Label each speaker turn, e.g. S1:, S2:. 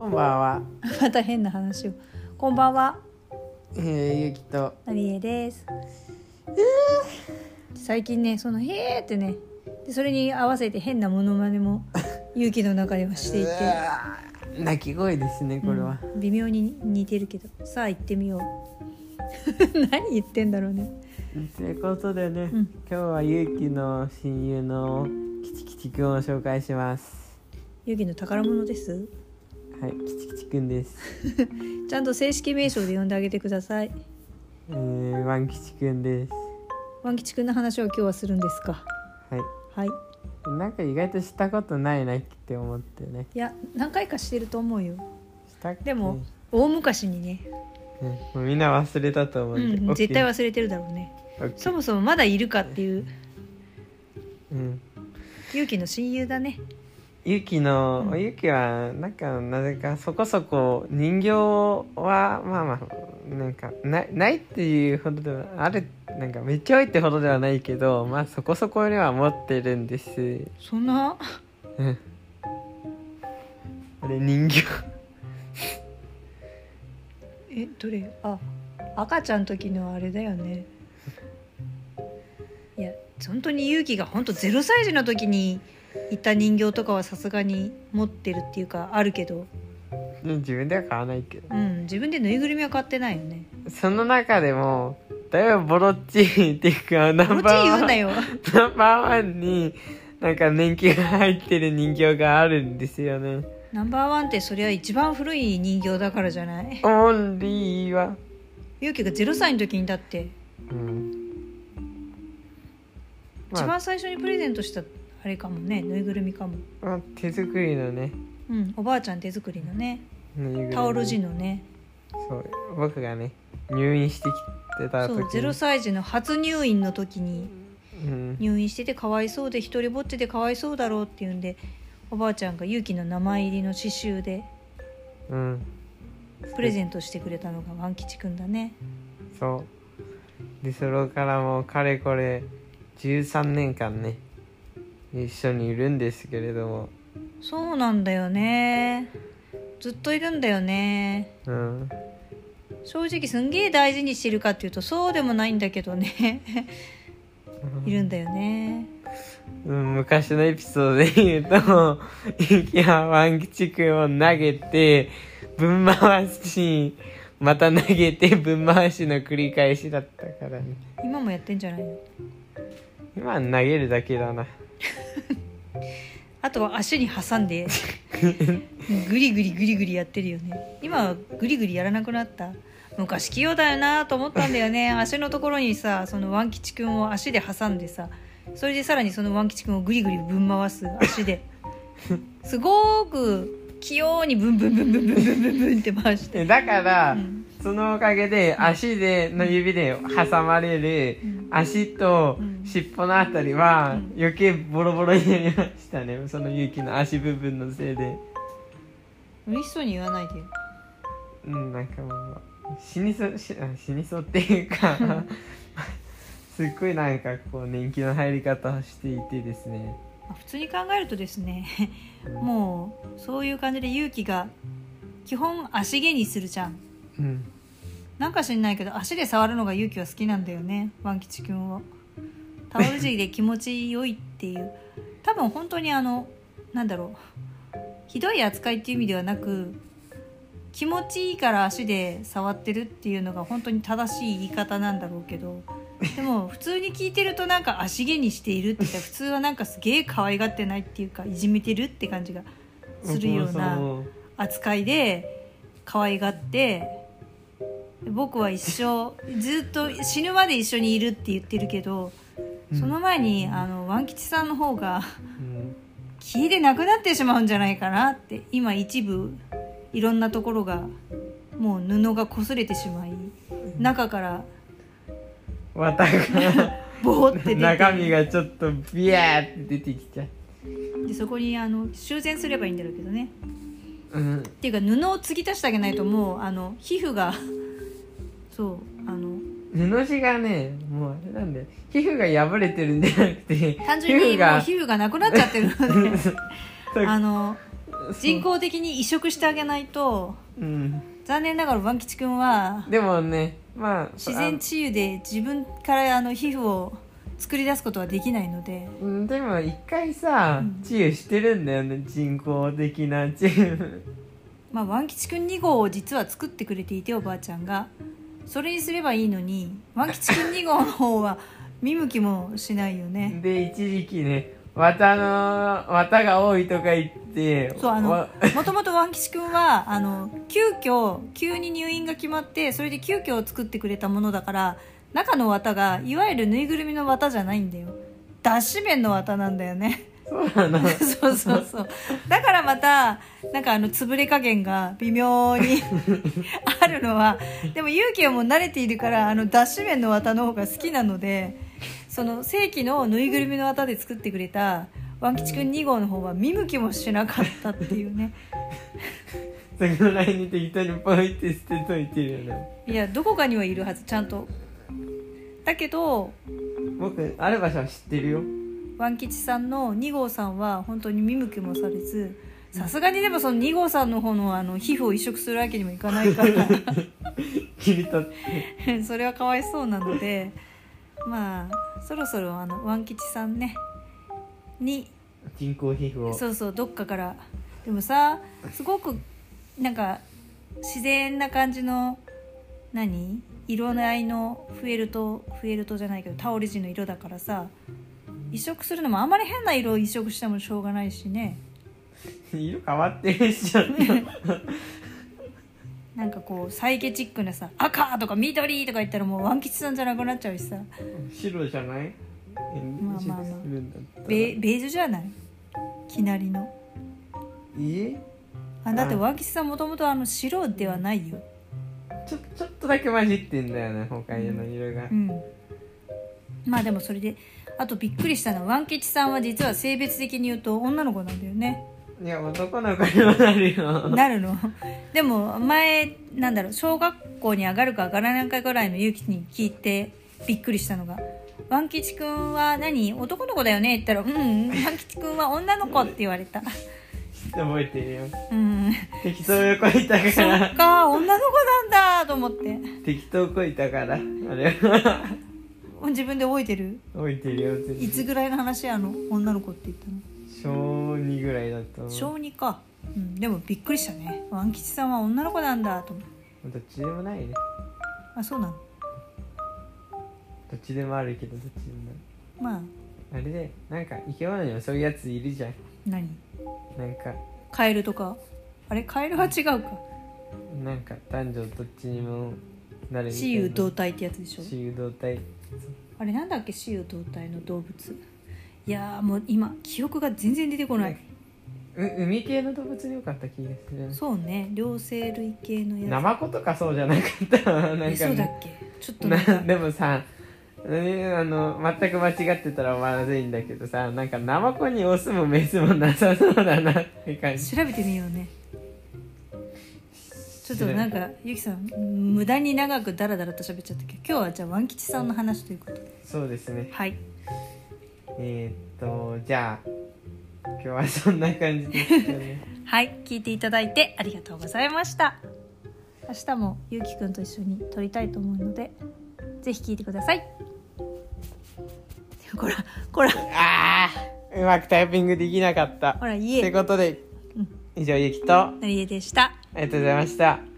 S1: ばんは、
S2: また変な話をこんばんは
S1: えー、ゆきと
S2: ナビエです最近ねその「へー」ってねでそれに合わせて変なモノマネ も勇気の中ではしていうて、
S1: わー泣き声ですねこれは、
S2: うん微妙に似てるけどさあ行ってみよう何言ってんだろう ね
S1: ということでね、
S2: うん
S1: 今日はゆきの親友のきちきちくんを紹介します
S2: 勇気の宝物です
S1: はいきちきちくんです
S2: ちゃんと正式名称で呼んであげてください
S1: えー、ワンきちくんです
S2: ワン吉くんの話を今日はするんですか
S1: はい
S2: はい
S1: なんか意外としたことないなって思ってね
S2: いや何回かしてると思うよ
S1: したっけ
S2: でも、大昔にね、
S1: うんもうみんな忘れたと思う
S2: うん
S1: で、
S2: ん、
S1: OK
S2: 絶対忘れてるだろうね
S1: OK
S2: そもそもまだいるかっていう
S1: うん
S2: 勇気の親友だね
S1: ゆきの、
S2: うん
S1: ゆきはなんかなぜかそこそこ人形はまあまあなんかないないっていうほどではあるなんかめっちゃ多いってほどではないけどまあそこそこには持ってるんです
S2: そんな
S1: うんあれ人形
S2: えどれあ赤ちゃんの時のあれだよねいや本当に勇気が本当ゼロ歳児の時にいた人形とかはさすがに持ってるっていうかあるけど、
S1: 自分では買わないけど
S2: うん、自分でぬいぐるみは買ってないよね
S1: その中でもだいぶボロっちいっていうかナ
S2: こっ
S1: ン
S2: ち
S1: バーワ
S2: 言う
S1: ン
S2: なよ
S1: ナンバーワンになんか年季が入ってる人形があるんですよね
S2: ナンバーワンってそりゃ一番古い人形だからじゃない
S1: オンリーは
S2: 勇気が0歳の時にだって
S1: うん
S2: 一
S1: まあ
S2: 番最初にプレゼントしたあれかもねぬいぐるみかも、
S1: まあ、手作りのね
S2: うん、おばあちゃん手作りのね
S1: ぬいぐるみ
S2: タオル地のね
S1: そう僕がね入院してきてた
S2: そ
S1: 時
S2: う
S1: に
S2: 0歳児の初入院の時に
S1: うん、
S2: 入院しててかわいそうで一人ぼっちでかわいそうだろうっていうんでおばあちゃんが勇気の名前入りの刺繍で
S1: うん、
S2: プレゼントしてくれたのがワン吉くんだね
S1: そうでそれからもうかれこれ13年間ね一緒にいるんですけれども
S2: そうなんだよねずっといるんだよね
S1: うん
S2: 正直すんげえ大事にしてるかっていうとそうでもないんだけどね いるんだよね
S1: うん昔のエピソードで言うと、ゆきはワン吉くんを投げて、ぶん回し、また投げて、ぶん回しの繰り返しだったからね。
S2: 今もやってんじゃないの
S1: 今は投げるだけだな。
S2: あとは足に挟ん でグリグリグリグリやってるよね今はグリグリやらなくなった昔器用だよなと思ったんだよね足のところにさそのワン吉くんを足で挟んでさそれでさらにそのワン吉くんをグリグリぶん回す足ですごーく器用にブンブンブンブンブンブンブンブンって回して
S1: えだから、
S2: うん
S1: そのおかげで、足で、の指で挟まれる
S2: うん、
S1: 足と
S2: うん
S1: 尻尾のあたりは、
S2: うん
S1: 余計ボロボロになりましたね。そのゆきの足部分のせいで。
S2: 嬉しそうに言わないでよ
S1: うん、なんかもう死にそうしあ死にそうっていうかすっごいなんかこう年季の入り方をしていてですね
S2: まあ普通に考えるとですねもうそういう感じで勇気が基本足毛にするじゃん
S1: うん
S2: なんか知んないけど足で触るのが勇気は好きなんだよねワン吉くんをタオル地で気持ち良いっていう多分本当にあのなんだろうひどい扱いっていう意味ではなく気持ちいいから足で触ってるっていうのが本当に正しい言い方なんだろうけどでも普通に聞いてるとなんか足毛にしているって言ったら普通はなんかすげえ可愛がってないっていうかいじめてるって感じがするような。
S1: そう
S2: 扱いで可愛がって僕は一生ずっと死ぬまで一緒にいるって言ってるけど、
S1: うん
S2: その前にあのワン吉さんの方が
S1: うん
S2: 消えてなくなってしまうんじゃないかなって今一部いろんなところがもう布が擦れてしまい中から
S1: 綿 が
S2: ボーって出て
S1: 中身がちょっとビヤーって出てきちゃう、
S2: でそこにあの修繕すればいいんだろうけどね
S1: うん、
S2: っていうか布を継ぎ足してあげないともうあの皮膚がそうあの
S1: 布地がねもうあれなんだよ皮膚が破れてるんじゃなくて
S2: 単純にもう
S1: が
S2: 皮膚がなくなっちゃってるのであの人工的に移植してあげないと
S1: うん
S2: 残念ながら万吉君は
S1: でもねまあ
S2: 自然治癒で自分からあの皮膚を作り出すことはできないので
S1: あうんでも一回さ
S2: うん
S1: 治癒してるんだよね人工的な治癒
S2: まあ万吉君2号を実は作ってくれていておばあちゃんがそれにすればいいのに万吉君2号の方は見向きもしないよね
S1: で一時期ね綿の綿が多いとか言って
S2: そうあの
S1: わ
S2: もともと万吉君はあの急遽急に入院が決まってそれで急遽作ってくれたものだから中の綿がいわゆるぬいぐるみの綿じゃないんだよ脱脂綿の綿なんだよね
S1: そうなの
S2: そうそうそうだからまたなんかあの潰れ加減が微妙に あるのはでも勇気はもう慣れているからあの脱脂綿の綿の方が好きなのでその正規のぬいぐるみの綿で作ってくれたワン吉くん2号の方は見向きもしなかったっていうね
S1: それぐらいに適当にポイって捨てといてるよね
S2: いやどこかにはいるはずちゃんとだけど
S1: 僕ある場所は知ってるよ
S2: ワン吉さんの2号さんは本当に見向きもされずさすがにでもその2号さんの方のあの皮膚を移植するわけにもいかないから
S1: 切り取って
S2: それはかわいそうなのでまあそろそろあのワン吉さんねに
S1: 人工皮膚を
S2: そうそうどっかからでもさすごくなんか自然な感じの何色の合いのフェルトフェルトじゃないけどタオル地の色だからさ移植するのもあんまり変な色を移植してもしょうがないしね
S1: 色変わってるっしょ
S2: なんかこうサイケチックなさ赤とか緑とか言ったらもうワンキチさんじゃなくなっちゃうしさ
S1: 白じゃない
S2: まあまあ
S1: するんだったら
S2: ベベージュじゃないきなりの
S1: え
S2: あだって
S1: はい
S2: ワンキチさんもともとあの白ではないよ
S1: ちょちょっとだけ混じってんだよね他の色が、
S2: うん、まあでもそれであとびっくりしたのはワンケチさんは実は性別的に言うと女の子なんだ よね
S1: いや男の子にもなるよ
S2: なるのでも前なんだろう小学校に上がるか上がらないかぐらいの勇気に聞いてびっくりしたのが「ワンケチくんは何男の子だよね」って言 ったら「うんうんワンケチくんは女の子」って言われた
S1: 覚えてるよ
S2: うん
S1: 適当にこいた
S2: そ
S1: か
S2: っ
S1: ら
S2: か女の子なんだと思って
S1: 適当こいたからあれは
S2: 自分で覚えてる
S1: 覚えてるよ
S2: い
S1: 全
S2: つ
S1: 然
S2: ぐらいの話あの女の子って言ったの
S1: 小2ぐらいだと思う
S2: 小児か、うん、でもびっくりしたねワン吉さんは女の子なんだと思っ
S1: ど
S2: て
S1: っちでもないね
S2: あそうなの
S1: どっちでもあるけどどっちでもない
S2: ま
S1: あ
S2: あ
S1: れでなんか生き物にもそういうやついるじゃん
S2: 何
S1: なんか
S2: カエルとかあれカエルは違うか
S1: なんか男女どっちにもなるみたいな
S2: 雌雄同体ってやつでしょ
S1: 雌雄同体
S2: あれなんだっけ雌雄同体の動物いやーもう今記憶が全然出てこない、
S1: う海系の動物に良かった気がする
S2: そうね両生類系の
S1: ナ
S2: や
S1: マコとかそうじゃなかったなんか
S2: つえそうだっ
S1: ね
S2: けちょっと
S1: な
S2: なんか
S1: でもさえーあの全く間違ってたらまずいんだけどさなんかナマコにオスもメスもなさそうだなって感じ
S2: 調べてみようねちょっとなんかゆきさん無駄に長くダラダラと喋っちゃったけど今日はじゃあワン吉さんの話ということで
S1: そうですね
S2: はい
S1: えー、っとじゃあ今日はそんな感じですかね
S2: はい、聞いていただいてありがとうございました。明日もゆうきくんと一緒に撮りたいと思うので、ぜひ聞いてください。 こら、こら、ほ
S1: あーうまくタイピングできなかった
S2: ら、
S1: という
S2: 家、
S1: ことで
S2: うん
S1: 以上ゆきとあ
S2: の家でした。
S1: りがとうございました